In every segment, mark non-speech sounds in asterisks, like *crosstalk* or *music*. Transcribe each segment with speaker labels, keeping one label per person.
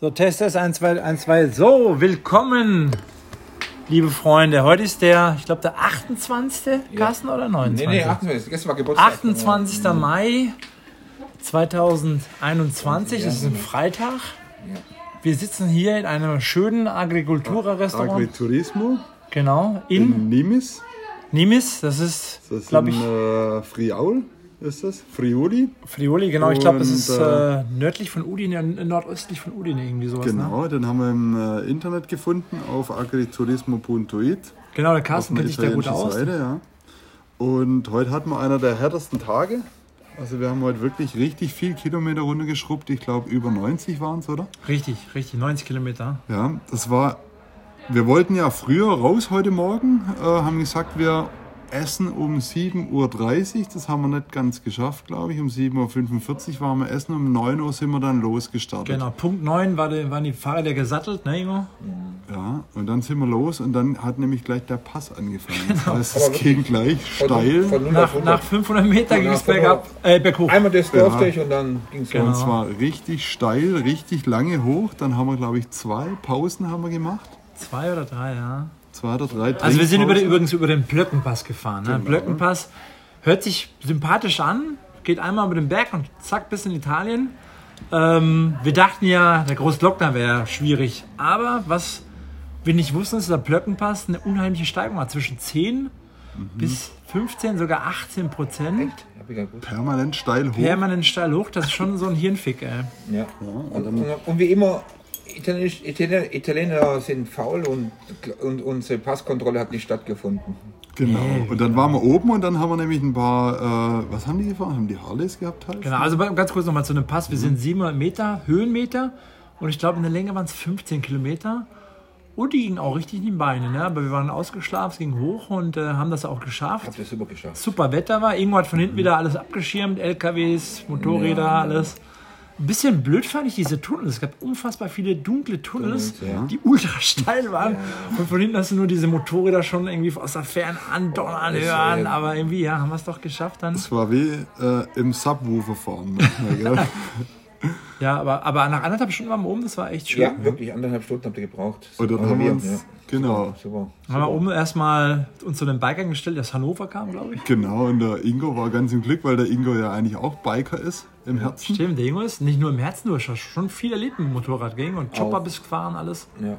Speaker 1: So, Test ist 1, 2, 1, 2. So, willkommen, liebe Freunde. Heute ist der, ich glaube, der 28. Carsten oder 29?
Speaker 2: Nee, nee, 28. Gestern war Geburtstag.
Speaker 1: 28. Mai 2021, es ist ein Freitag. Wir sitzen hier in einem schönen Agricultura-Restaurant.
Speaker 3: Agriturismo
Speaker 1: Genau, in
Speaker 3: in Nimes.
Speaker 1: Nimis, das ist,
Speaker 3: Das ist
Speaker 1: glaube
Speaker 3: in
Speaker 1: ich,
Speaker 3: äh, Friaul, ist das? Friuli.
Speaker 1: Friuli, genau, ich glaube, das
Speaker 3: und,
Speaker 1: ist
Speaker 3: äh,
Speaker 1: äh, nördlich von Udine, n- nordöstlich von Udine, irgendwie sowas. Ne?
Speaker 3: Genau, den haben wir im äh, Internet gefunden auf agriturismo.it.
Speaker 1: Genau, der
Speaker 3: Auf
Speaker 1: Carsten
Speaker 3: einer
Speaker 1: kennt sich da gut
Speaker 3: italienischen
Speaker 1: aus.
Speaker 3: Seite, ja. Und heute hatten wir einer der härtesten Tage. Also wir haben heute wirklich richtig viel Kilometer runtergeschrubbt. Ich glaube, über 90 waren es, oder?
Speaker 1: Richtig, richtig, 90 Kilometer.
Speaker 3: Ja, das war. Wir wollten ja früher raus heute Morgen, äh, haben gesagt, wir essen um 7.30 Uhr. Das haben wir nicht ganz geschafft, glaube ich. Um 7.45 Uhr waren wir essen, um 9 Uhr sind wir dann losgestartet.
Speaker 1: Genau, Punkt 9 war die, waren die Fahrräder gesattelt, ne, Ingo?
Speaker 3: Ja, und dann sind wir los und dann hat nämlich gleich der Pass angefangen. Das
Speaker 1: Genau.
Speaker 3: heißt, es ging gleich steil.
Speaker 2: Von 0
Speaker 1: Nach,
Speaker 2: auf
Speaker 1: nach
Speaker 2: 100.
Speaker 1: 500 Meter ging
Speaker 2: Ja,
Speaker 1: es bergab, äh, berghoch.
Speaker 2: Einmal das Dorf durch und dann ging es
Speaker 1: Genau.
Speaker 3: Und zwar richtig steil, richtig lange hoch. Dann haben wir, glaube ich, zwei Pausen haben wir gemacht.
Speaker 1: Zwei oder drei, ja.
Speaker 3: Zwei oder drei
Speaker 1: Also wir sind über den,
Speaker 3: Trinkpausen.
Speaker 1: übrigens über den Blöckenpass gefahren. Ne? Blöckenpass hört sich sympathisch an, geht einmal über den Berg und zack, bis in Italien. Ähm, wir dachten ja, der große Glockner wäre schwierig. Aber was wir nicht wussten, ist, dass der Blöckenpass eine unheimliche Steigung hat. Zwischen 10 bis 15, sogar 18 Prozent.
Speaker 2: Hab ich gar nicht gewusst.
Speaker 3: permanent steil hoch.
Speaker 1: Permanent steil hoch, das ist schon so ein Hirnfick, ey.
Speaker 2: Ja. Und, und, und wie immer, Italienisch, Italiener, Italiener sind faul und, und unsere Passkontrolle hat nicht stattgefunden.
Speaker 3: Genau.
Speaker 1: Nee.
Speaker 3: Und dann waren wir oben und dann haben wir nämlich ein paar, äh, was haben die gefahren? Haben die Harleys gehabt halt?
Speaker 1: Genau, also bei- ganz kurz nochmal zu einem Pass. Wir sind 700 Meter, Höhenmeter und ich glaube in der Länge waren es 15 Kilometer. Und die gingen auch richtig in die Beine, ne? aber wir waren ausgeschlafen, es ging hoch und äh, haben das auch geschafft.
Speaker 2: Habt ihr super geschafft.
Speaker 1: Super Wetter war, irgendwo hat von hinten wieder alles abgeschirmt, LKWs, Motorräder, alles. Ein bisschen blöd fand ich diese Tunnel. Es gab unfassbar viele dunkle Tunnels, die ultra steil waren. Und von hinten hast du nur diese Motorräder schon irgendwie aus der Ferne andonnern hören.
Speaker 2: ja-
Speaker 1: Aber irgendwie, ja, haben wir es doch geschafft dann.
Speaker 3: Das war wie äh, im Subwoofer fahren. manchmal, gell?
Speaker 1: Ja, aber, aber nach anderthalb Stunden waren wir oben, das war echt schön.
Speaker 2: Ja, wirklich, anderthalb Stunden habt ihr gebraucht.
Speaker 3: und dann
Speaker 2: Also
Speaker 3: haben wir
Speaker 2: wir,
Speaker 3: uns,
Speaker 2: ja.
Speaker 3: genau,
Speaker 2: Super.
Speaker 1: Haben wir oben erstmal uns zu den Bikern gestellt, die aus Hannover kamen, glaube ich.
Speaker 3: genau. Und der Ingo war ganz im Glück, weil der Ingo ja eigentlich auch Biker ist im Herzen.
Speaker 1: Stimmt, der Junge ist nicht nur im Herzen, du hast schon viel erlebt mit dem Motorrad gegen und Chopper
Speaker 2: Auch.
Speaker 1: bis gefahren, alles.
Speaker 2: Ja.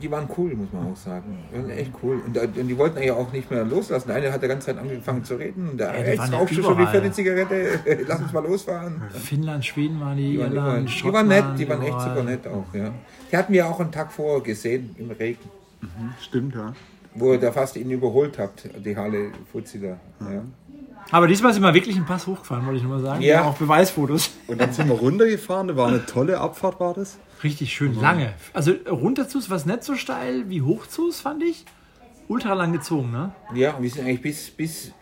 Speaker 2: Die waren cool, muss man auch sagen. Die waren echt cool. Und, da- und die wollten ja auch nicht mehr loslassen. Der eine hat die ganze Zeit angefangen zu reden. Und der
Speaker 1: die
Speaker 2: rechts
Speaker 1: waren ja
Speaker 2: rauchte schon die
Speaker 1: überall.
Speaker 2: vierte Zigarette. *laughs* Lass uns mal losfahren.
Speaker 1: Finnland, Schweden waren die,
Speaker 2: Die waren, überall.
Speaker 1: Irland,
Speaker 2: die waren
Speaker 1: Schottland.
Speaker 2: nett, die waren echt
Speaker 1: überall.
Speaker 2: super nett auch, ja. Die hatten wir auch einen Tag vorher gesehen im Regen,
Speaker 3: Stimmt, ja.
Speaker 2: wo ihr da fast ihn überholt habt, die Halle Fuzzi da. Ja.
Speaker 1: Aber diesmal sind wir wirklich einen Pass hochgefahren, wollte ich nur mal sagen.
Speaker 2: Ja.
Speaker 1: Wir haben Auch Beweisfotos.
Speaker 3: Und dann sind wir runtergefahren. Da war eine tolle Abfahrt, war das.
Speaker 1: Richtig schön, lange. Also runter zu ist was nicht so steil wie hoch zu ist, fand ich. Ultra lang gezogen, ne?
Speaker 2: Ja, und wir sind eigentlich bis, bis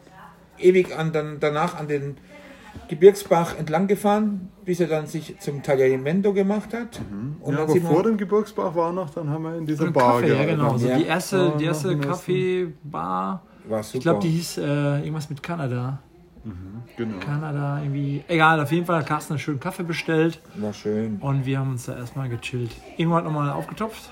Speaker 2: ewig an, dann, danach an den Gebirgsbach entlang gefahren, bis er dann sich zum Tagliamento gemacht hat.
Speaker 1: Mhm.
Speaker 2: Und
Speaker 3: Ja,
Speaker 2: dann
Speaker 3: aber
Speaker 2: sind
Speaker 3: vor
Speaker 2: wir,
Speaker 3: dem Gebirgsbach war noch, dann haben wir in dieser
Speaker 1: Und
Speaker 3: Bar
Speaker 1: Kaffee, ja
Speaker 3: gehalten.
Speaker 1: genau. So
Speaker 2: Ja.
Speaker 1: die erste, die erste
Speaker 3: noch am
Speaker 1: Kaffeebar.
Speaker 2: war super.
Speaker 1: Ich glaube, die hieß äh, irgendwas mit Kanada.
Speaker 3: genau.
Speaker 1: Kanada irgendwie. Egal, auf jeden Fall hat Carsten einen schönen Kaffee bestellt
Speaker 2: war schön.
Speaker 1: und wir haben uns da erstmal gechillt. Ingo hat nochmal aufgetopft.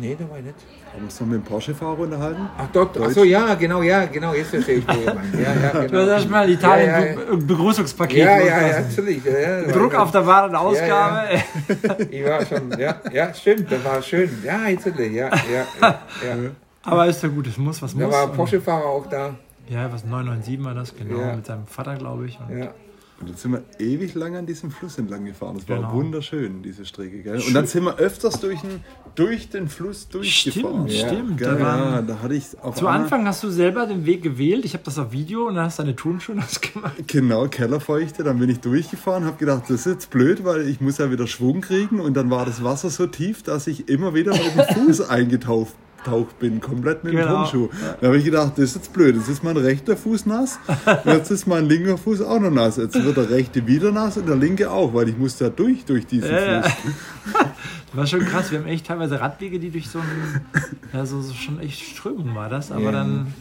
Speaker 2: Nee, da war ich nicht.
Speaker 3: Haben wir uns noch mit dem Porsche-Fahrer unterhalten.
Speaker 2: Ach, dort, ach so, ja, genau, ja, genau, jetzt verstehe ich, wo ihr meint. Ja,
Speaker 1: *laughs*
Speaker 2: ja,
Speaker 1: Du hast
Speaker 2: genau.
Speaker 1: erstmal Italien
Speaker 2: Ja, ja,
Speaker 1: Be- äh, Begrüßungspaket.
Speaker 2: Ja, ja,
Speaker 1: losgelassen.
Speaker 2: ja, natürlich. Ja, ja,
Speaker 1: also. Druck auf der Ware und Ausgabe. *laughs*
Speaker 2: Ich war schon, ja, ja, stimmt, das war schön. Ja, natürlich, ja, ja, ja. ja.
Speaker 1: Aber ist ja gut, es muss, was
Speaker 2: Da
Speaker 1: muss.
Speaker 2: war
Speaker 1: Und-
Speaker 2: Porsche-Fahrer auch da.
Speaker 1: Ja, was 997 war das, genau,
Speaker 2: Ja.
Speaker 1: mit seinem Vater, glaube ich. Und
Speaker 2: Ja.
Speaker 3: Und dann sind wir ewig lang an diesem Fluss entlang gefahren. Das war
Speaker 1: Genau.
Speaker 3: wunderschön, diese Strecke. Gell? Und dann sind wir öfters durch den, durch den Fluss durchgefahren.
Speaker 1: Stimmt, stimmt,
Speaker 3: Gell?
Speaker 1: da waren-
Speaker 3: ja, da hatte ich auf
Speaker 1: Zu
Speaker 3: einmal-
Speaker 1: Anfang hast du selber den Weg gewählt. Ich habe das auf Video und dann hast du deine Turnschuhe *laughs* nass gemacht.
Speaker 3: Genau, Kellerfeuchte. Dann bin ich durchgefahren, habe gedacht, das ist jetzt blöd, weil ich muss ja wieder Schwung kriegen. Und dann war das Wasser so tief, dass ich immer wieder mit
Speaker 1: *laughs*
Speaker 3: dem Fuß eingetaucht taucht bin, komplett mit dem
Speaker 1: Genau.
Speaker 3: Turnschuh. Da habe ich gedacht, das ist jetzt blöd. Jetzt ist mein rechter Fuß nass, und jetzt ist mein linker Fuß auch noch nass. Jetzt wird der rechte wieder nass und der linke auch, weil ich muss da durch, durch diesen
Speaker 1: Ja,
Speaker 3: Fuß.
Speaker 1: War schon krass. Wir haben echt teilweise Radwege, die durch so ein, ja, so, so schon echt Strömung war das. Aber dann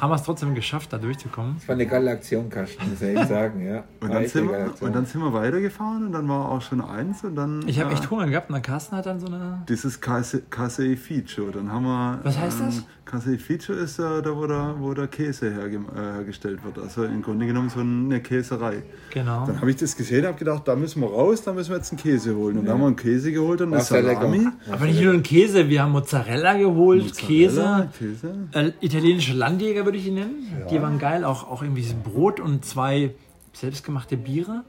Speaker 1: haben wir es trotzdem geschafft, da durchzukommen.
Speaker 2: Das war eine geile Aktion, Carsten, muss ich ehrlich sagen. Ja.
Speaker 3: *laughs*
Speaker 2: War
Speaker 3: Und dann,
Speaker 2: echt eine
Speaker 3: sind
Speaker 2: geile
Speaker 3: wir,
Speaker 2: Aktion.
Speaker 3: und dann sind wir weitergefahren und dann war auch schon eins und dann.
Speaker 1: Ich habe
Speaker 3: äh,
Speaker 1: echt Hunger gehabt und dann Carsten hat dann so eine.
Speaker 3: Dieses Casei Feature. Dann haben wir.
Speaker 1: Was heißt das?
Speaker 3: Casei Feature ist äh, da, wo der, wo der Käse herge- äh, hergestellt wird. Also im Grunde genommen so eine Käserei.
Speaker 1: Genau.
Speaker 3: Dann habe ich das gesehen, habe gedacht, da müssen wir raus, da müssen wir jetzt einen Käse holen. Und dann haben wir einen Käse geholt und eine
Speaker 2: War sehr lecker.
Speaker 3: Salami.
Speaker 1: Aber nicht nur einen Käse, wir haben Mozzarella geholt,
Speaker 3: Mozzarella,
Speaker 1: Käse.
Speaker 3: Käse.
Speaker 1: Äh, italienische Landjäger würde ich ihn nennen. Die waren geil, auch, auch irgendwie so Brot und zwei selbstgemachte Biere.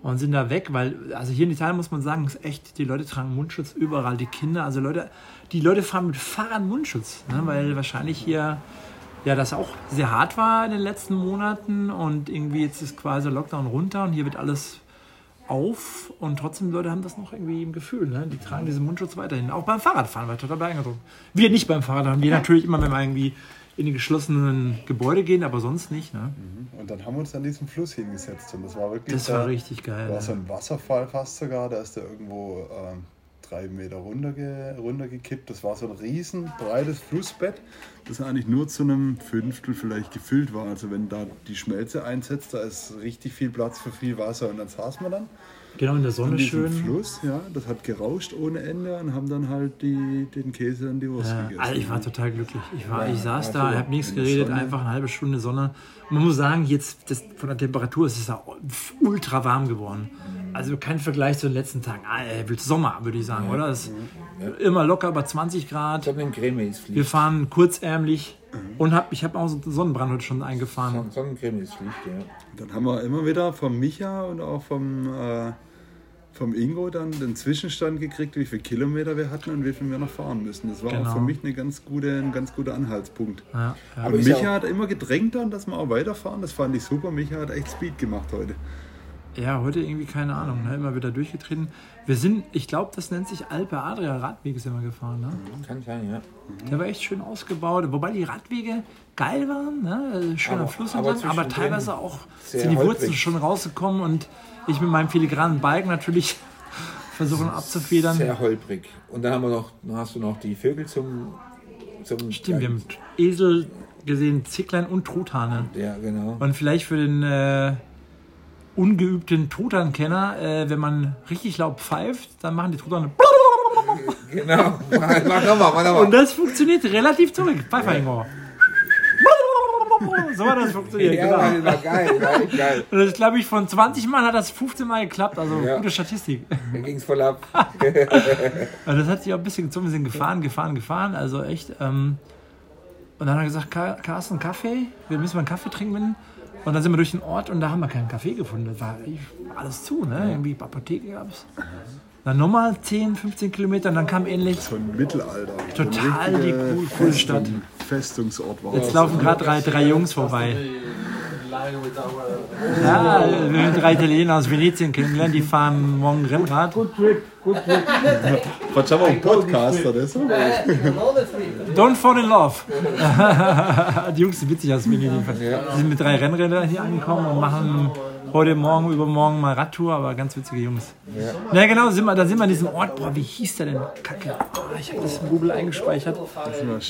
Speaker 1: Und sind da weg, weil, also hier in Italien muss man sagen, ist echt, die Leute tragen Mundschutz überall, die Kinder, also Leute, die Leute fahren mit Fahrrad Mundschutz, ne? weil wahrscheinlich hier, ja, das auch sehr hart war in den letzten Monaten und irgendwie jetzt ist quasi Lockdown runter und hier wird alles auf und trotzdem Leute haben das noch irgendwie im Gefühl. Ne? Die tragen diesen Mundschutz weiterhin. Auch beim Fahrradfahren war ich total beeindruckt. Wir nicht beim Fahrradfahren, wir natürlich immer, wenn wir irgendwie in die geschlossenen Gebäude gehen, aber sonst nicht. Ne?
Speaker 3: Mhm.
Speaker 4: Und dann haben wir uns an diesen Fluss hingesetzt und das war wirklich.
Speaker 1: Das
Speaker 4: da-
Speaker 1: war richtig geil.
Speaker 4: War so ein Wasserfall fast sogar, da ist er irgendwo ähm, drei Meter runterge runtergekippt. Das war so ein riesen breites Flussbett.
Speaker 3: Das eigentlich nur zu einem Fünftel vielleicht gefüllt war. Also wenn da die Schmelze einsetzt, da ist richtig viel Platz für viel Wasser. Und dann saß man dann
Speaker 1: Genau in der Sonne
Speaker 3: in diesem
Speaker 1: schön.
Speaker 3: Fluss, ja, das hat gerauscht ohne Ende und haben dann halt die, den Käse und die Wurst
Speaker 1: Ja,
Speaker 3: gegessen.
Speaker 1: also ich war total glücklich. Ich, war, ich saß
Speaker 3: war
Speaker 1: da,
Speaker 3: super.
Speaker 1: habe nichts
Speaker 3: In der
Speaker 1: geredet,
Speaker 3: Sonne.
Speaker 1: einfach eine halbe Stunde Sonne. Und man muss sagen, jetzt das, von der Temperatur ist es ja ultra warm geworden. Also kein Vergleich zu den letzten Tagen. Ah, ey, Sommer, würde ich sagen, oder? Es ist immer locker über 20 Grad.
Speaker 2: Ich habe einen Cremis
Speaker 1: Wir
Speaker 2: fliegt.
Speaker 1: fahren kurzärmlich und hab, ich habe auch so einen Sonnenbrand heute schon eingefahren.
Speaker 2: So ein Cremis fliegt, ja.
Speaker 3: Dann haben wir immer wieder vom Micha und auch vom, äh, vom Ingo dann den Zwischenstand gekriegt, wie viele Kilometer wir hatten und wie viel wir noch fahren müssen. Das war
Speaker 1: Genau.
Speaker 3: auch für mich eine ganz gute, ein ganz guter Anhaltspunkt.
Speaker 1: Ja, ja.
Speaker 3: Aber
Speaker 2: ist
Speaker 3: Micha
Speaker 2: ja auch-
Speaker 3: hat immer gedrängt dann, dass wir auch weiterfahren. Das fand ich super. Micha hat echt Speed gemacht heute.
Speaker 1: ja, heute irgendwie keine Ahnung, ne? immer wieder durchgetreten. Wir sind, ich glaube, das nennt sich Alpe Adria Radweg sind wir gefahren. Ne?
Speaker 2: Kann sein, ja.
Speaker 1: Der war echt schön ausgebaut, wobei die Radwege geil waren, ne? Also schöner
Speaker 2: Aber-
Speaker 1: Fluss
Speaker 2: aber
Speaker 1: entlang, aber,
Speaker 2: zwischendrin
Speaker 1: teilweise auch
Speaker 2: sehr
Speaker 1: sind die
Speaker 2: holprig.
Speaker 1: Wurzeln schon rausgekommen und ich mit meinem filigranen Balken natürlich *laughs* versuchen abzufedern.
Speaker 2: Sehr holprig. Und dann haben wir noch, dann hast du noch die Vögel zum. zum
Speaker 1: Stimmt, wir haben Esel gesehen, Zicklein und Truthahne.
Speaker 2: Ja, genau.
Speaker 1: Und vielleicht für den äh, ungeübten Truthahn-Kenner, äh, wenn man richtig laut pfeift, dann machen die Truthahne. *laughs*
Speaker 2: Genau. *laughs* Mach mach nochmal, mach
Speaker 1: Und
Speaker 2: nochmal.
Speaker 1: das funktioniert relativ zurück. Pfeifer Ingo. *laughs* So hat das funktioniert,
Speaker 2: Ja,
Speaker 1: genau.
Speaker 2: Mann, war geil, war echt geil.
Speaker 1: Und das glaube ich, von 20 Mal hat das 15 Mal geklappt. Also
Speaker 2: Ja.
Speaker 1: gute Statistik.
Speaker 2: Da ging's voll ab.
Speaker 1: Also das hat sich auch ein bisschen gezogen. Wir sind gefahren, gefahren, gefahren. Also echt. Ähm, und dann hat er gesagt, Ka- Carsten, Kaffee? Wir müssen mal einen Kaffee trinken. Und dann sind wir durch den Ort und da haben wir keinen Kaffee gefunden. Das war ich- alles zu, ne? Irgendwie Apotheke gab es. Dann nochmal 10, 15 Kilometer und dann kam ähnlich.
Speaker 3: So ein Mittelalter.
Speaker 1: Total
Speaker 3: So ein
Speaker 1: die
Speaker 3: richtiger
Speaker 1: cool- coole Stadt.
Speaker 3: Festungsort war
Speaker 1: Jetzt
Speaker 3: das.
Speaker 1: laufen gerade drei, drei Jungs vorbei. Ja, wir haben drei Italiener aus Venetien kennengelernt, die fahren morgen Rennrad.
Speaker 3: Was haben wir einen Podcaster, das ist
Speaker 1: Don't fall in love. *laughs* die Jungs sind witzig aus Venedig. Die sind mit drei Rennrädern hier angekommen und machen heute Morgen, übermorgen mal Radtour, aber ganz witzige Jungs. Ja, genau, sind wir, da sind wir an diesem Ort. Boah, wie hieß der denn? Kacke. Oh, ich habe das in Google eingespeichert.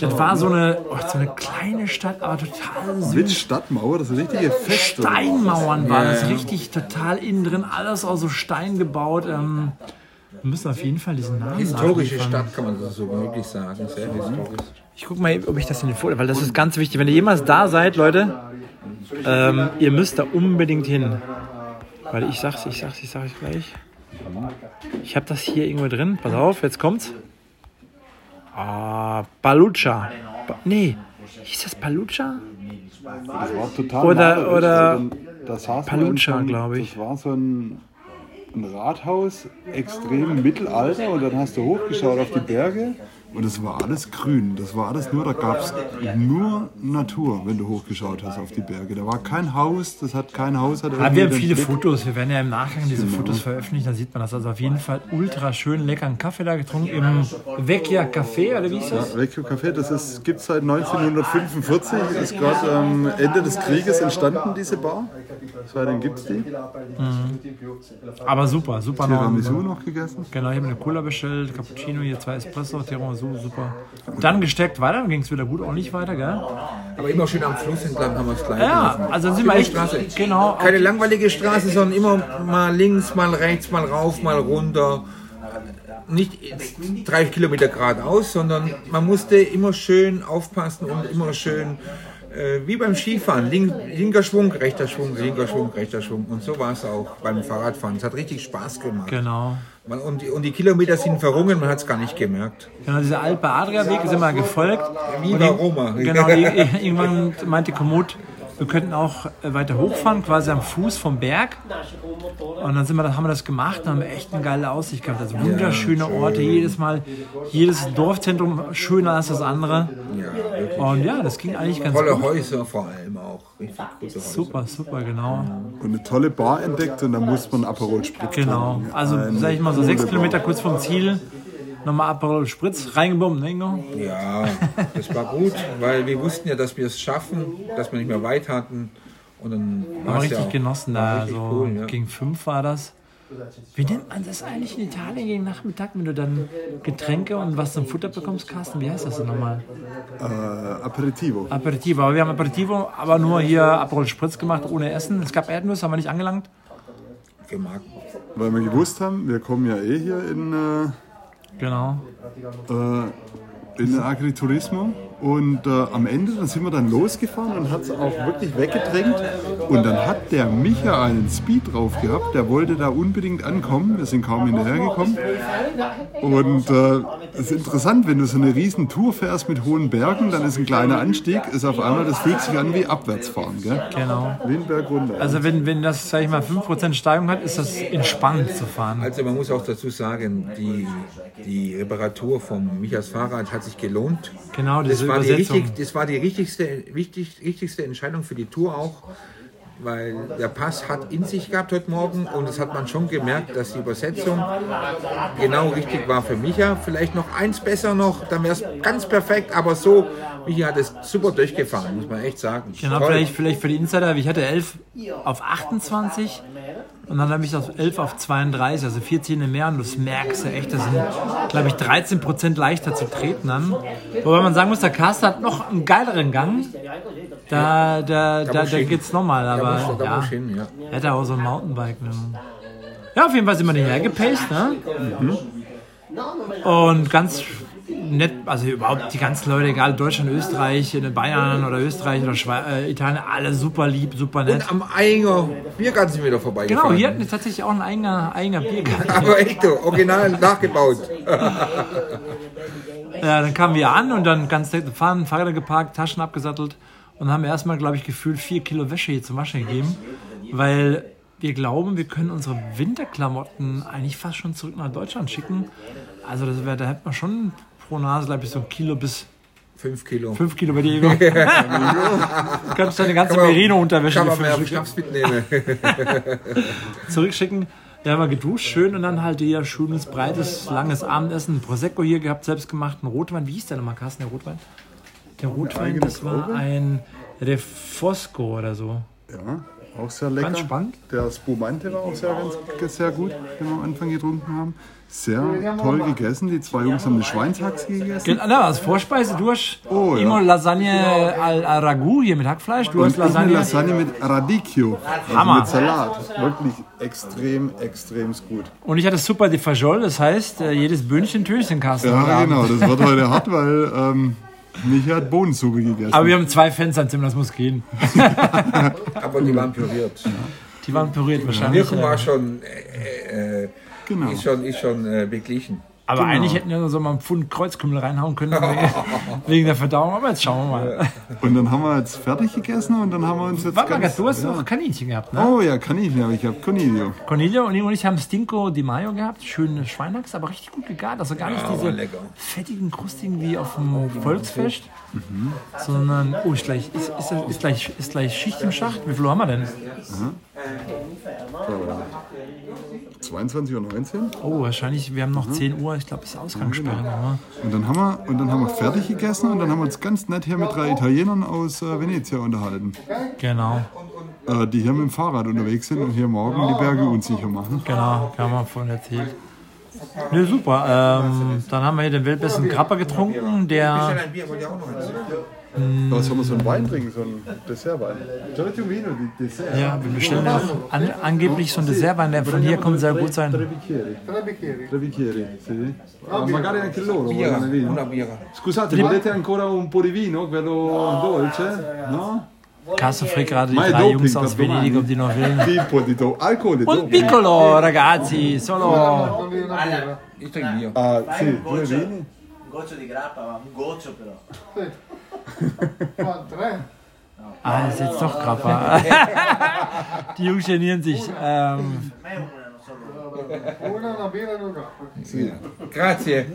Speaker 1: Das war so eine, oh, so eine kleine Stadt, aber total süß.
Speaker 3: Mit Stadtmauer, das ist eine richtige Festung.
Speaker 1: Steinmauern war das richtig total innen drin, alles aus so Stein gebaut. Ähm, wir müssen auf jeden Fall diesen Namen
Speaker 2: Historische
Speaker 1: nachliefern.
Speaker 2: Stadt kann man das so wirklich sagen. Sehr historisch.
Speaker 1: Ich guck mal, ob ich das in den Foto, weil das ist ganz wichtig. Wenn ihr jemals da seid, Leute, ähm, ihr müsst da unbedingt hin. Weil ich sag's, ich sag's, ich sag's gleich. Ich habe das hier irgendwo drin. Pass auf, jetzt kommt's. Ah, Balucha. Ba nee, hieß das Balucha?
Speaker 3: Das war total
Speaker 1: Oder-
Speaker 3: malerisch.
Speaker 1: oder
Speaker 3: Also dann- da saß man
Speaker 1: Palucha,
Speaker 3: in so einem-
Speaker 1: glaub ich.
Speaker 3: Das war so ein, ein Rathaus, extrem Mittelalter und dann hast du hochgeschaut auf die Berge und es war alles grün. Das war alles nur, da gab es nur Natur, wenn du hochgeschaut hast auf die Berge. Da war kein Haus, das hat kein Haus. Hat
Speaker 1: Aber
Speaker 3: irgendwie
Speaker 1: wir haben
Speaker 3: den
Speaker 1: viele
Speaker 3: Blick-
Speaker 1: Fotos. Wir werden ja im Nachgang diese Fotos veröffentlichen. Da sieht man das. Also auf jeden Fall ultra schön leckeren Kaffee da getrunken. Im Vecchia Café, oder wie ist das?
Speaker 3: Vecchio Café, das gibt es seit 1945, ist gerade am Ende des Krieges entstanden, diese Bar. Seitdem gibt es die.
Speaker 1: Aber super, super.
Speaker 3: Tiramisu noch gegessen.
Speaker 1: Genau, ich habe eine Cola bestellt, Cappuccino, hier zwei Espresso, Tiramisu. so super. Dann gestärkt weiter, dann ging es wieder gut, auch nicht weiter, gell?
Speaker 2: Aber immer schön am Fluss entlang haben wir es gleich. gelaufen.
Speaker 1: Ja, also dann sind wir echt.
Speaker 2: Straße.
Speaker 1: Genau. auf-
Speaker 2: Keine langweilige Straße, sondern immer mal links, mal rechts, mal rauf, mal runter. Nicht jetzt drei Kilometer geradeaus, sondern man musste immer schön aufpassen und immer schön, äh, wie beim Skifahren, link, linker Schwung, rechter Schwung, linker Schwung, rechter Schwung. Und so war es auch beim Fahrradfahren. Es hat richtig Spaß gemacht.
Speaker 1: Genau.
Speaker 2: Man, und, die- und die Kilometer sind verrungen, man hat es gar nicht gemerkt.
Speaker 1: Genau, dieser Alpe Adria Weg ist immer gefolgt.
Speaker 2: Viva Roma.
Speaker 1: Genau,
Speaker 2: *laughs*
Speaker 1: i- i- *laughs* irgendwann meinte Komoot, wir könnten auch äh, weiter hochfahren, quasi am Fuß vom Berg. Und dann sind wir, haben wir das gemacht und haben echt eine geile Aussicht gehabt. Also wunderschöne Orte, jedes Mal, jedes Dorfzentrum schöner als das andere.
Speaker 2: Ja, wirklich.
Speaker 1: Und ja, das ging eigentlich ganz
Speaker 2: Tolle
Speaker 1: gut.
Speaker 2: Häuser vor allem auch. Richtig gute Häuser.
Speaker 1: Super, super, genau.
Speaker 3: Und eine tolle Bar entdeckt und da muss man Aperol Spritz
Speaker 1: Genau.
Speaker 3: trinken.
Speaker 1: Also,
Speaker 3: Eine
Speaker 1: sag ich mal, so sechs
Speaker 3: coole
Speaker 1: Kilometer
Speaker 3: Bar.
Speaker 1: kurz vom Ziel, nochmal Aperol Spritz, reingebombt, ne, Ingo?
Speaker 2: Ja, das war gut, weil wir wussten ja, dass wir es schaffen, dass wir nicht mehr weit hatten. Und dann
Speaker 1: Haben
Speaker 2: war
Speaker 1: wir
Speaker 2: es ja
Speaker 1: richtig
Speaker 2: auch-
Speaker 1: genossen
Speaker 2: war
Speaker 1: da.
Speaker 2: richtig
Speaker 1: Also
Speaker 2: cool, ne? ja.
Speaker 1: gegen fünf war das. Wie nennt man das eigentlich in Italien gegen Nachmittag, wenn du dann Getränke und was zum Futter bekommst, Carsten? Wie heißt das denn nochmal?
Speaker 3: Äh, Aperitivo.
Speaker 1: Aperitivo. Aber wir haben Aperitivo, aber nur hier Aperol Spritz gemacht, ohne Essen. Es gab Erdnüsse, haben wir nicht angelangt.
Speaker 2: Gemacht.
Speaker 3: Weil wir gewusst haben, wir kommen ja eh hier in, äh,
Speaker 1: Genau.
Speaker 3: äh, in den Agriturismo. Und äh, am Ende, dann sind wir dann losgefahren und hat es auch wirklich weggedrängt. Und dann hat der Micha einen Speed drauf gehabt, der wollte da unbedingt ankommen. Wir sind kaum hinterhergekommen. Und äh, es ist interessant, wenn du so eine riesen Tour fährst mit hohen Bergen, dann ist ein kleiner Anstieg, ist auf einmal, das fühlt sich an wie Abwärtsfahren, gell?
Speaker 1: Genau.
Speaker 3: Windberg runter.
Speaker 1: Also wenn, wenn das, sag ich mal, 5% Steigung hat, ist das entspannend zu fahren.
Speaker 2: Also man muss auch dazu sagen, die, die Reparatur vom Michas Fahrrad hat sich gelohnt.
Speaker 1: Genau,
Speaker 2: Das
Speaker 1: diese
Speaker 2: war die,
Speaker 1: Übersetzung.
Speaker 2: richtig, das war die richtigste, wichtig, richtigste Entscheidung für die Tour auch, weil der Pass hat in sich gehabt heute Morgen und das hat man schon gemerkt, dass die Übersetzung genau richtig war für Micha. Vielleicht noch eins besser noch, dann wäre es ganz perfekt, aber so, Micha hat es super durchgefahren, muss man echt sagen.
Speaker 1: Genau,
Speaker 2: Toll.
Speaker 1: vielleicht, vielleicht für die Insider, ich hatte 11 auf 28 und dann habe ich das 11 auf 32, also 14 mehr und das merkst du echt, das sind, glaube ich, 13% leichter zu treten an. Wobei man sagen muss, der Caster hat noch einen geileren Gang, da, da, da, da,
Speaker 2: muss hin.
Speaker 1: geht es nochmal,
Speaker 2: da muss,
Speaker 1: aber
Speaker 2: da
Speaker 1: ja,
Speaker 2: muss hin, ja.
Speaker 1: er hat ja auch so ein Mountainbike. Ne? Ja, auf jeden Fall sind wir hierher gepaced, ne? Mhm. Und ganz nett, also überhaupt die ganzen Leute, egal Deutschland, Österreich, in Bayern oder Österreich oder Schwe äh, Italien, alle super lieb, super nett.
Speaker 2: Und am Einger Biergarten sind wir da vorbeigefahren.
Speaker 1: Genau, hier hatten wir tatsächlich auch ein eigener, eigener Biergarten.
Speaker 2: Aber echt, so, original nachgebaut.
Speaker 1: Ja, dann kamen wir an und dann ganz nett fahren, Fahrräder geparkt, Taschen abgesattelt und haben erstmal, glaube ich, gefühlt vier Kilo Wäsche hier zum Waschen gegeben, weil wir glauben, wir können unsere Winterklamotten eigentlich fast schon zurück nach Deutschland schicken. Also das wäre, da hätte man schon pro Nase, glaube ich, so ein Kilo bis
Speaker 2: Fünf Kilo.
Speaker 1: fünf Kilo bei dir.
Speaker 2: *laughs*
Speaker 1: Ingo. *laughs* Kannst deine ganze
Speaker 2: Kann man-
Speaker 1: Merino-Unterwäsche
Speaker 2: Kann
Speaker 1: hier
Speaker 2: man mehr auf
Speaker 1: fünf Stück
Speaker 2: Schnaps mitnehmen.
Speaker 1: zurückschicken. Ja, mal geduscht, schön und dann halt hier schönes, breites, langes Abendessen. Ein Prosecco hier gehabt, selbst gemacht, einen Rotwein. Wie hieß der nochmal, Carsten, der Rotwein? Der Rotwein, das war ein Refosco oder so.
Speaker 3: Ja, auch sehr lecker.
Speaker 1: Ganz spannend.
Speaker 3: Der Spumante war auch sehr, ganz, sehr gut, den wir am Anfang getrunken haben. Sehr toll gegessen. Die zwei Jungs haben eine Schweinshaxe gegessen.
Speaker 1: Genau, na, als Vorspeise, du hast
Speaker 3: Oh, ja.
Speaker 1: immer Lasagne al, al Ragu hier mit Hackfleisch, du hast
Speaker 3: Und ich eine
Speaker 1: Lasagne.
Speaker 3: Lasagne mit Radicchio.
Speaker 1: Hammer.
Speaker 3: Also mit Salat. Wirklich extrem, extrem gut.
Speaker 1: Und ich hatte super die Fajol, das heißt, äh, jedes Böhnchen Türchen, Carsten. heute
Speaker 3: Ja,
Speaker 1: Abend.
Speaker 3: genau. Das wird heute hart, weil ähm, Micha hat Bohnensuppe gegessen.
Speaker 1: Aber wir haben zwei Fans am Zimmer, das muss gehen.
Speaker 2: Aber die waren püriert.
Speaker 1: Die waren püriert wahrscheinlich.
Speaker 2: Wirkung
Speaker 1: äh,
Speaker 2: war schon, äh, äh,
Speaker 3: genau.
Speaker 2: ist schon, ist schon äh, beglichen.
Speaker 1: Aber eigentlich hätten wir so mal einen Pfund Kreuzkümmel reinhauen können wegen- wegen der Verdauung. Aber jetzt schauen wir mal.
Speaker 3: Und dann haben wir jetzt fertig gegessen und dann haben wir uns jetzt.
Speaker 1: Warte mal, ganz, du hast noch Kaninchen gehabt, ne?
Speaker 3: Oh ja, kann ich nicht, aber ich habe Cornelio.
Speaker 1: Cornelia und ich und ich haben Stinko Di Maio gehabt. Schöne Schweinachs, aber richtig gut gegart. Also gar nicht diese
Speaker 2: war lecker.
Speaker 1: fettigen, krustigen wie auf dem Volksfest, sondern, oh, ist gleich, ist, ist, ist, gleich, ist gleich Schicht im Schacht. Wie viel Uhr haben wir denn?
Speaker 3: 22.19 Uhr.
Speaker 1: Oh, wahrscheinlich, wir haben noch 10 Uhr. Ich glaube, es ist Ausgangssperre. ne?
Speaker 3: Und dann, haben wir, und dann haben wir fertig gegessen und dann haben wir uns ganz nett hier mit drei Italienern aus äh, Venezia unterhalten,
Speaker 1: Genau,
Speaker 3: äh, die hier mit dem Fahrrad unterwegs sind und hier morgen die Berge unsicher machen.
Speaker 1: genau. Wir haben wir vorhin erzählt. Nö, super. Ähm, dann haben wir hier den weltbesten Grappa getrunken, der
Speaker 2: ein Bier, wollt ihr auch noch eins?
Speaker 4: Da soll man so einen Wein trinken, so einen Dessertwein. Giorgio Vino, die Dessert.
Speaker 1: ja, wir bestellen ja noch an, angeblich so ein Dessertwein, der von hier kommt, soll gut
Speaker 4: Tre
Speaker 1: sein.
Speaker 4: bicchieri. Tre bicchieri. Tre bicchieri, sì. Ah, magari anche loro vogliono
Speaker 2: Bier, una
Speaker 4: vino.
Speaker 2: Biere.
Speaker 4: Scusate, volete ancora un po' di vino, quello dolce? No?
Speaker 1: Carsten fragt gerade die
Speaker 4: Mein
Speaker 1: drei
Speaker 4: Doping,
Speaker 1: Jungs aus
Speaker 4: Papillon.
Speaker 1: Venedig, ob die noch wählen.
Speaker 4: Tipo di do- alcol e
Speaker 1: Und
Speaker 4: dopo.
Speaker 1: Piccolo, ragazzi, solo.
Speaker 2: Ich trinke Bier.
Speaker 4: Ah,
Speaker 5: Dai
Speaker 4: sì,
Speaker 5: un
Speaker 4: due
Speaker 5: goccio,
Speaker 4: vini.
Speaker 5: un goccio di grappa, ma un goccio però.
Speaker 1: Ah, ist jetzt doch Grappa. *laughs* Die Jungs genieren sich. Ähm,
Speaker 5: Per me è una, non so.
Speaker 2: Grazie.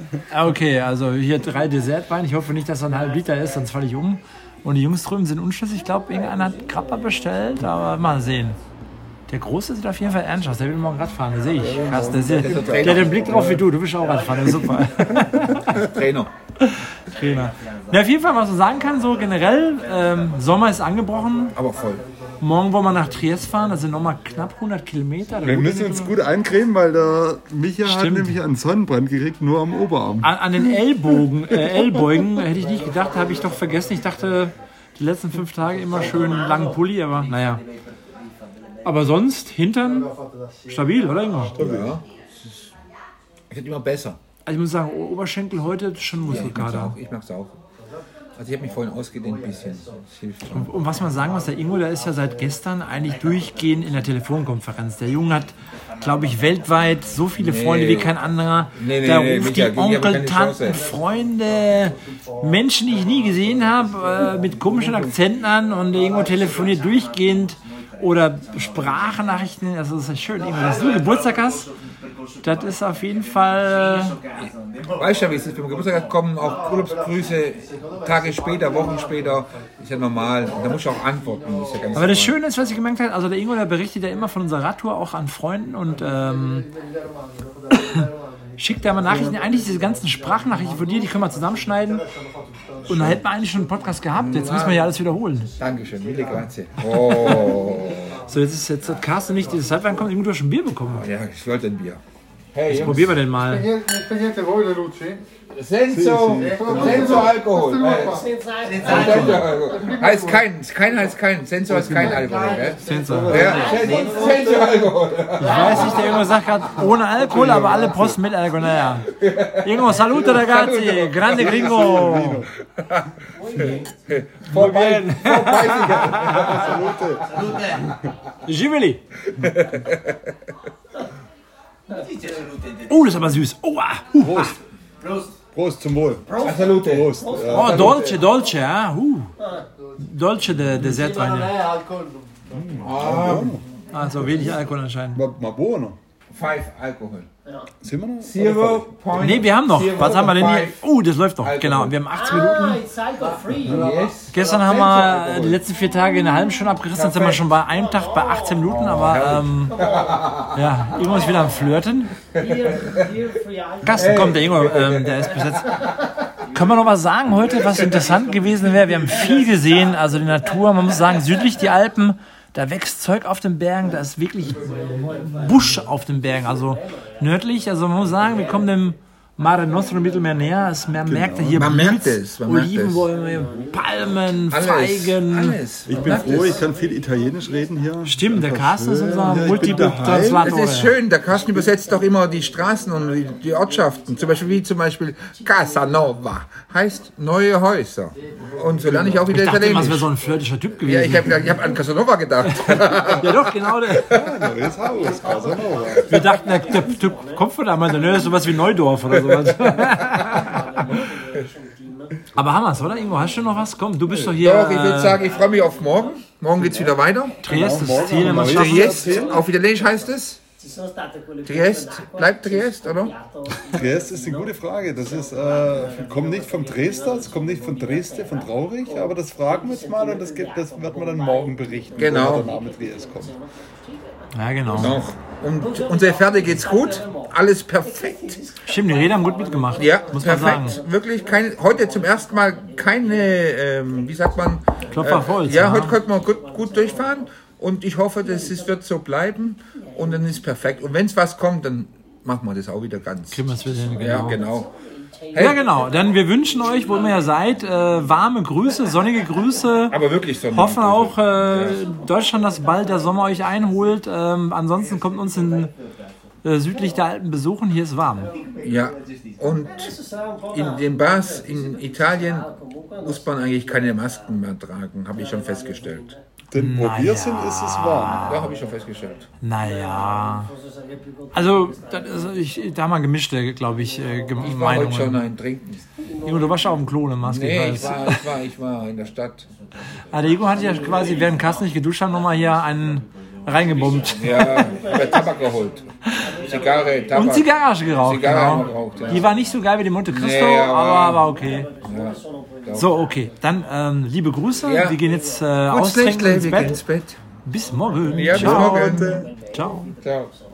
Speaker 1: okay, also hier drei Dessertwein. Ich hoffe nicht, dass er ein halb Liter ist, sonst falle ich um. Und die Jungs drüben sind unschlüssig. Ich glaube, irgendeiner hat Grappa bestellt, aber mal sehen. Der Große sieht auf jeden Fall ernst aus. Der will morgen Radfahren, das sehe ich. Krass, der, sieht, der hat den Blick drauf wie du. Du bist auch Radfahren, super.
Speaker 2: Trainer.
Speaker 1: Trainer. Ja, auf jeden Fall, was man sagen kann, so generell, ähm, Sommer ist angebrochen.
Speaker 2: Aber voll.
Speaker 1: Morgen wollen wir nach Triest fahren, das sind nochmal knapp 100 Kilometer. Da
Speaker 3: Wir
Speaker 1: gut-
Speaker 3: müssen uns gut eincremen, weil der Micha hat
Speaker 1: Stimmt.
Speaker 3: nämlich einen Sonnenbrand gekriegt, nur am Oberarm.
Speaker 1: an, an den Ellbogen, äh, Ellbeugen hätte ich nicht gedacht, habe ich doch vergessen. Ich dachte, die letzten fünf Tage immer schön langen Pulli, aber naja. Aber sonst, Hintern, stabil, oder Ingo?
Speaker 2: Ich hätte immer besser.
Speaker 1: Also ich muss sagen, O- Oberschenkel heute schon
Speaker 2: Ich mag's
Speaker 1: Muskelkater.
Speaker 2: auch. Ich mag's auch. Also ich habe mich vorhin ausgedehnt ein bisschen. Das hilft schon.
Speaker 1: Und was man sagen muss, der Ingo, der ist ja seit gestern eigentlich durchgehend in der Telefonkonferenz. Der Junge hat, glaube ich, weltweit so viele Freunde wie kein anderer.
Speaker 2: Nee, nee,
Speaker 1: da
Speaker 2: nee,
Speaker 1: ruft
Speaker 2: Micha,
Speaker 1: die
Speaker 2: ich habe
Speaker 1: Onkel,
Speaker 2: keine
Speaker 1: Tanten,
Speaker 2: Chance.
Speaker 1: Freunde, Menschen, die ich nie gesehen habe, äh, mit komischen Akzenten an und der Ingo telefoniert durchgehend oder Sprachnachrichten. Also das ist schön, Ingo, dass du Geburtstag hast. Das ist auf jeden Fall
Speaker 2: Weißt du, ja, wie es ist? Wenn man Geburtstag hat, kommen auch Urlaubsgrüße Tage später, Wochen später. Ist ja normal. Und da muss ich auch antworten. Ist ja ganz
Speaker 1: Aber das
Speaker 2: normal.
Speaker 1: Schöne ist, was ich gemerkt habe, also der Ingo, der berichtet ja immer von unserer Radtour auch an Freunden und ähm, schickt da mal Nachrichten. Eigentlich diese ganzen Sprachnachrichten von dir, die können wir zusammenschneiden. Und da hätten wir eigentlich schon einen Podcast gehabt. Jetzt müssen wir ja alles wiederholen.
Speaker 2: Dankeschön. Mille grazie. Oh.
Speaker 1: So, jetzt ist jetzt hat Carsten nicht dieses Halbwein kommt, Ingo, du hast schon Bier bekommen.
Speaker 2: ja, ich wollte ein Bier. Hey, Jungs.
Speaker 1: Probieren wir denn mal.
Speaker 6: Niente, spegnete voi le luci?
Speaker 2: Senso, Senso Alkohol. Äh, Senso Alkohol. Heißt kein, kein heißt kein, Senso heißt kein Alkohol, gell?
Speaker 1: Sensor.
Speaker 2: Ja, Senso Alkohol.
Speaker 1: Ich weiß nicht, der Ingo sagt gerade ohne Alkohol, aber alle Post mit Alkohol. Naja. Ingo, salute ragazzi, grande gringo.
Speaker 2: Vorbei.
Speaker 1: *laughs* Giveli.
Speaker 5: Dice salute in te-
Speaker 1: Oh, das ist aber süß. Oh, ah.
Speaker 4: Prost. Prost zum Wohl.
Speaker 2: Salute.
Speaker 4: Prost. Ja.
Speaker 1: Oh, dolce, dolce, ah, uh. Dolce de, Dessertweine. Also wenig Alkohol anscheinend.
Speaker 4: Ma, ma buono.
Speaker 2: Five Alkohol.
Speaker 4: Sind wir noch?
Speaker 2: Zero point.
Speaker 1: Nee, wir haben noch. Was haben wir denn hier? Oh, das läuft doch.
Speaker 2: Alkohol.
Speaker 1: Genau, wir haben 80 Minuten.
Speaker 2: Yes.
Speaker 1: Gestern haben wir äh, die letzten vier Tage in der halben Stunde abgerissen. Jetzt sind wir schon bei einem Tag bei 18 Minuten, aber ähm, ja, Ingo ist wieder am Flirten. Carsten, komm, der Ingo, ähm, der ist besetzt. Können wir noch was sagen heute, was interessant gewesen wäre? Wir haben viel gesehen, also die Natur, man muss sagen, südlich die Alpen, da wächst Zeug auf den Bergen, da ist wirklich Busch auf den Bergen, also nördlich, also man muss sagen, wir kommen dem Mare Nostrum Mittelmeer näher, es- man merkt hier
Speaker 2: Genau. Man merkt
Speaker 1: blüht's,
Speaker 2: es, man merkt es.
Speaker 1: Olivenbäume, Palmen,
Speaker 2: Alles.
Speaker 1: Feigen.
Speaker 2: Alles.
Speaker 3: Ich bin froh, ich kann viel Italienisch reden hier.
Speaker 1: Stimmt, der Carsten ist unser
Speaker 3: Ja, ich bin daheim.
Speaker 2: Das
Speaker 1: Multiplatz.
Speaker 2: ist schön, der Carsten übersetzt doch immer die Straßen und die, die Ortschaften. Zum Beispiel, wie zum Beispiel Casanova heißt neue Häuser. Und so lerne ich auch wieder
Speaker 1: Ich dachte immer, es wäre
Speaker 2: Italienisch.
Speaker 1: so ein flirtischer Typ
Speaker 2: Ja,
Speaker 1: gewesen.
Speaker 2: ich habe ich hab an Casanova gedacht.
Speaker 1: *laughs* Ja, doch, genau. Der, *laughs*
Speaker 4: Neues Haus. Casanova.
Speaker 1: wir dachten, der, der Typ kommt von da, meinte, ne, das ist sowas wie Neudorf oder *laughs* sowas. Aber Hammers, oder? Ingo, hast du noch was? Komm, du bist doch hier.
Speaker 2: Doch, ich würde
Speaker 1: äh,
Speaker 2: sagen, ich freue mich auf morgen. Morgen geht's wieder weiter.
Speaker 1: Triest, das Ziel, man schafft
Speaker 2: Triest, auf Italienisch heißt es. Triest, bleibt Triest, oder?
Speaker 4: Triest ist eine gute Frage. Das ist, äh, kommt nicht vom Dresdner, es kommt nicht von Dresde, von Traurig, aber das fragen wir jetzt mal und das, gibt, das wird man dann morgen berichten,
Speaker 2: Genau.
Speaker 4: wo der Name Triest kommt.
Speaker 1: Ja, genau.
Speaker 2: Doch. Und unsere Pferde geht's gut. Alles perfekt.
Speaker 1: Stimmt, die Räder haben gut mitgemacht.
Speaker 2: Ja,
Speaker 1: muss man
Speaker 2: perfekt.
Speaker 1: sagen.
Speaker 2: Wirklich keine, heute zum ersten Mal keine, ähm, wie sagt man? äh,
Speaker 1: Klopfer auf Holz,
Speaker 2: Ja,
Speaker 1: ja.
Speaker 2: heute konnte man gut, gut durchfahren und ich hoffe, das ist, wird so bleiben und dann ist perfekt. Und wenn es was kommt, dann machen wir das auch wieder ganz.
Speaker 1: Kriegen wir es wieder hin,
Speaker 2: Ja,
Speaker 1: genau.
Speaker 2: genau.
Speaker 1: Ja, genau. Dann wir wünschen euch, wo immer ihr seid, äh, warme Grüße, sonnige Grüße.
Speaker 2: Aber wirklich so.
Speaker 1: Hoffen auch äh, Deutschland, dass bald der Sommer euch einholt. Ähm, ansonsten kommt uns in äh, südlich der Alpen besuchen. Hier ist warm.
Speaker 2: Ja. Und in den Bars in Italien muss man eigentlich keine Masken mehr tragen, habe ich schon festgestellt.
Speaker 4: Denn wo wir sind, ist es warm.
Speaker 2: Da habe ich schon festgestellt.
Speaker 1: Naja. Also, das ist, ich, da haben wir gemischte, glaube ich, äh, Gem-
Speaker 2: Ich war heute schon
Speaker 1: Meinungen.
Speaker 2: ein Trinken.
Speaker 1: Ivo, du warst ja auf dem Klo, ne? eine Maske.
Speaker 2: Nee,
Speaker 1: ich
Speaker 2: ich
Speaker 1: weiß.
Speaker 2: war, ich war, ich war in der Stadt.
Speaker 1: Ah, der Ivo hat ja quasi während Carsten nicht geduscht hat, nochmal hier einen reingebombt.
Speaker 2: Ja, ich habe Tabak geholt. Zigarre, Tabak.
Speaker 1: Und Zigarre geraucht.
Speaker 2: Zigarre haben wir
Speaker 1: genau.
Speaker 2: geraucht, ja.
Speaker 1: Die war nicht so geil wie die Monte Cristo,
Speaker 2: Nee, aber-
Speaker 1: aber, aber okay.
Speaker 2: Ja.
Speaker 1: So, okay. Dann ähm, liebe Grüße.
Speaker 2: Ja.
Speaker 1: Wir gehen jetzt äh,
Speaker 2: Gut, schlecht,
Speaker 1: austrinken
Speaker 2: wir
Speaker 1: ins
Speaker 2: gehen
Speaker 1: Bett.
Speaker 2: ins Bett.
Speaker 1: Bis morgen.
Speaker 2: Ja, bis
Speaker 1: Ciao.
Speaker 2: morgen.
Speaker 1: Ciao.
Speaker 2: Ciao.